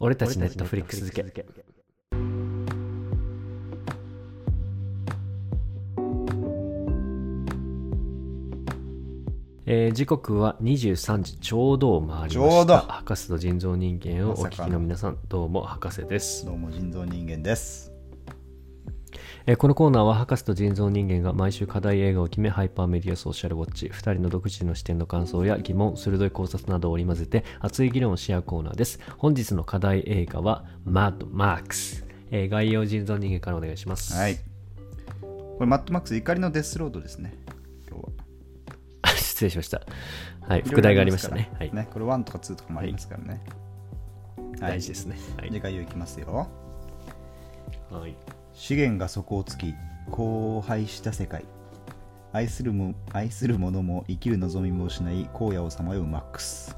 俺たちネットフリックス付けえー時刻は23時ちょうどを回りまちょしうどた博士と人造人間をお聞きの皆さんどうも博士ですどうも人造人間です。えーこのコーナーは博士と人造人間が毎週課題映画を決めハイパーメディアソーシャルウォッチ2人の独自の視点の感想や疑問鋭い考察などを織り交ぜて熱い議論をし合うコーナーです本日の課題映画は「マッドマックス」えー概要人造人間からお願いしますはい。これ、マットマックス怒りのデスロードですね。今日は。あ 失礼しましたはい副題がありましたねいろいろあはいりすからねこれ1とか2とかもありますからね。はい大事ですねはいで概要いきますよ。はい資源が底をつき、荒廃した世界。愛するも愛する者も生きる望みも失い、荒野をさまようマックス。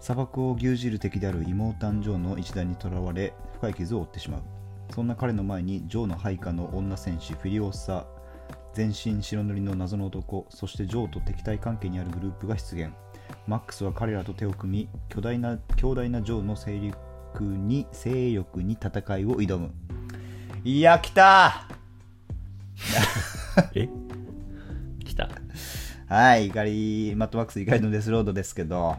砂漠を牛耳る敵である妹誕生の一団にとらわれ、深い傷を負ってしまう。そんな彼の前に、ジョーの配下の女戦士フィリオッサ、全身白塗りの謎の男、そしてジョーと敵対関係にあるグループが出現。マックスは彼らと手を組み、巨大な強大なジョーの勢力に勢力に戦いを挑む。いや、来たえ来たはい、怒り、マットマックス怒りのデスロードですけど、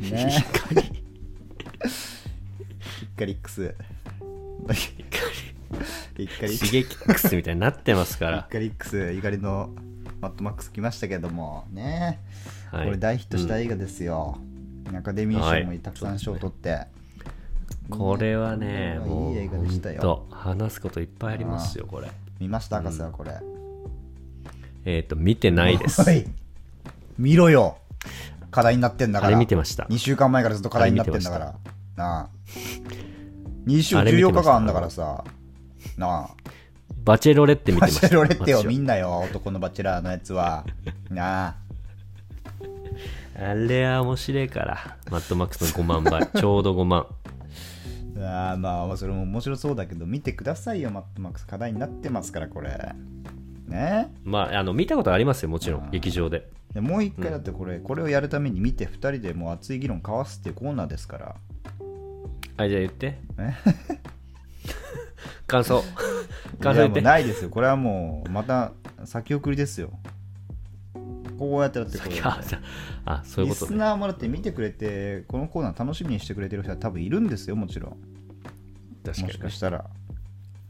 ね、怒り 怒りックス。怒怒りり、 刺激ックスみたいになってます から怒りックス、怒りのマットマックス来ましたけども、ね、はいこれ大ヒットした映画ですよ。アカデミー賞もたくさん賞を取って、これはね、いいもう映画でしたよ本当話すこといっぱいありますよ、これ。見ました、博士はこれ。えっ、と、見てないです お。い見ろよ課題になってんだかあら。れ見てました。 2週間前からずっと課題になってんだかあら。なあ。2週あれ見てま14した日間あんだからさ。なあ。バチェロレッテ見てまバしチた。ェ ロレッテを私はみんなよ、男のバチェラーのやつは。なあ。あれは面白いから。マッドマックスの5万 倍。ちょうど5万。あーまあ、それも面白そうだけど、見てくださいよ、マットマックス。課題になってますから、これ。ねまあ、あの、見たことありますよ、もちろん。あー劇場で。でもう一回だってこれ、これをやるために見て、2人でもう熱い議論交わすっていうコーナーですから。あ、じゃあ言ってえ。 感 想。感想いや言っもうて。ないですよ。これはもう、また先送りですよ。こうやってだってこう。 あじゃああ、そういうリことスね。ナーもだって見てくれて、このコーナー楽しみにしてくれてる人は多分いるんですよ、もちろん。確かもにしかしたら。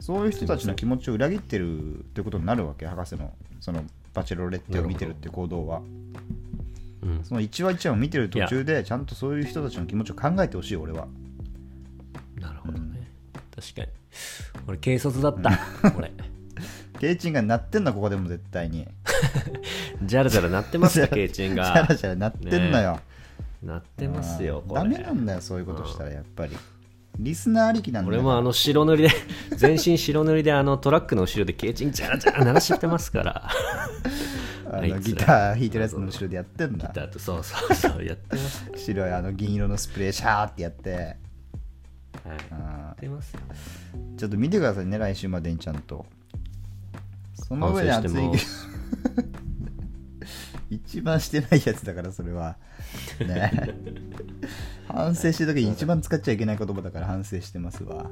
そういう人たちの気持ちを裏切ってるってことになるわけ、博士の、その、バチェロレッテを見てるって行動は。うん。その一話一話を見てる途中で、ちゃんとそういう人たちの気持ちを考えてほしい、俺は。なるほどね。確かに。俺、軽率だ った。これ。ケイチンが鳴ってんの、ここでも絶対に。じゃらじゃらなってますよ、ケイチンじが。ゃらじゃら鳴ってんのよ。なってますよ、これ。ダメなんだよ、そういうことしたら、やっぱり。リスナーありきなんだ俺よ。もあの白 塗りで、全身白塗りであのトラックの後ろでケイチンジャラジャラ鳴らしてます から。ああいつのらギター弾いてるやつの後ろでやってんだ。だとそうそうそう、やってます。白いあの銀色のスプレーシャーってやって、はい、やあってますよ。ーちょっと見てくださいね来週までにちゃんとその上で熱い反省して一番してないやつだからそれはね 反省してる時に一番使っちゃいけない言葉だから反省してますわ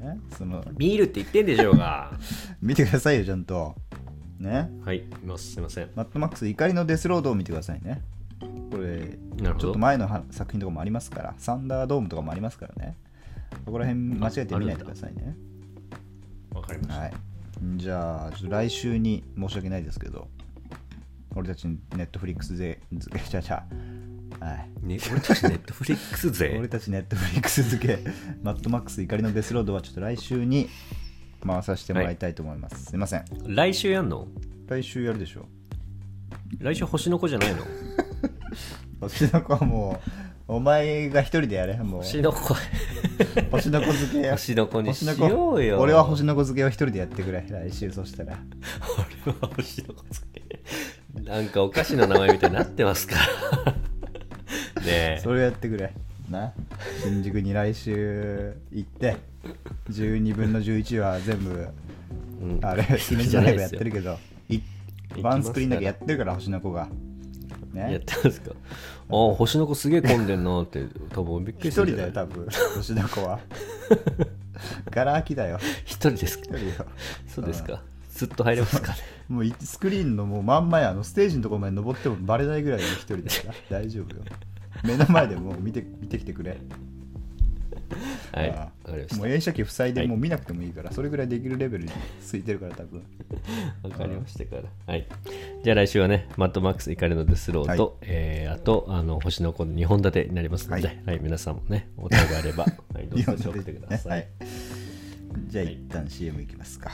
ねそのビールって言ってんでしょう が。見てくださいよちゃんとねはい、います。すいません。マットマックス怒りのデスロードを見てくださいねこれなるほどちょっと前のは作品とかもありますからサンダードームとかもありますからねそこら辺間違えて見ないでくださいねわかりました。はい、じゃあ、ちょっと来週に申し訳ないですけど、俺たちネットフリックスで、ずじゃじゃ、はい、ね、俺たちネットフリックス俺勢。たちネットフリックス付け、マットマックス怒りのデスロードはちょっと来週に回させてもらいたいと思います。すいません。来週やんの来週やるでしょ。来週星の子じゃないの星の子はもう、お前が一人でやれ、もう。星の子。星の子付け。星の子に星のし子ようよ。俺は星の子付けを一人でやってくれ、来週、そしたら。俺は星の子つけ。なんかお菓子の名前みたいになってます から。ねえ。それをやってくれな新宿に来週行って12分の11は全部うんあれイメージ じゃなライいブでやっすてよるけどいきますワンスクリーンだけやってるから星の子がやっねてたんですかあー星の子すげえ混んでんなって多分びっく一りす人るんじゃだないよ多分星の子 はガラ空きだよ一人ですか一人よそうですかずっと入れますかねもういスクリーンのもう真ん前あのステージのところまで登ってもバレないぐらいの一人だから大丈夫よ目の前でもう見て見てきてくれはいあわあかりましもたう映写機塞いではいもう見なくてもいいから、それぐらいできるレベルについてるから多分わかりましたから。はい。じゃあ来週はね、マッドマックス怒りのデスローと、はえーあと、あの、星の子の2本立てになりますので、ははい、皆さんもね、お題があれば、はい、どうぞ送ってください。はい、じゃあ一旦 CM いきますか、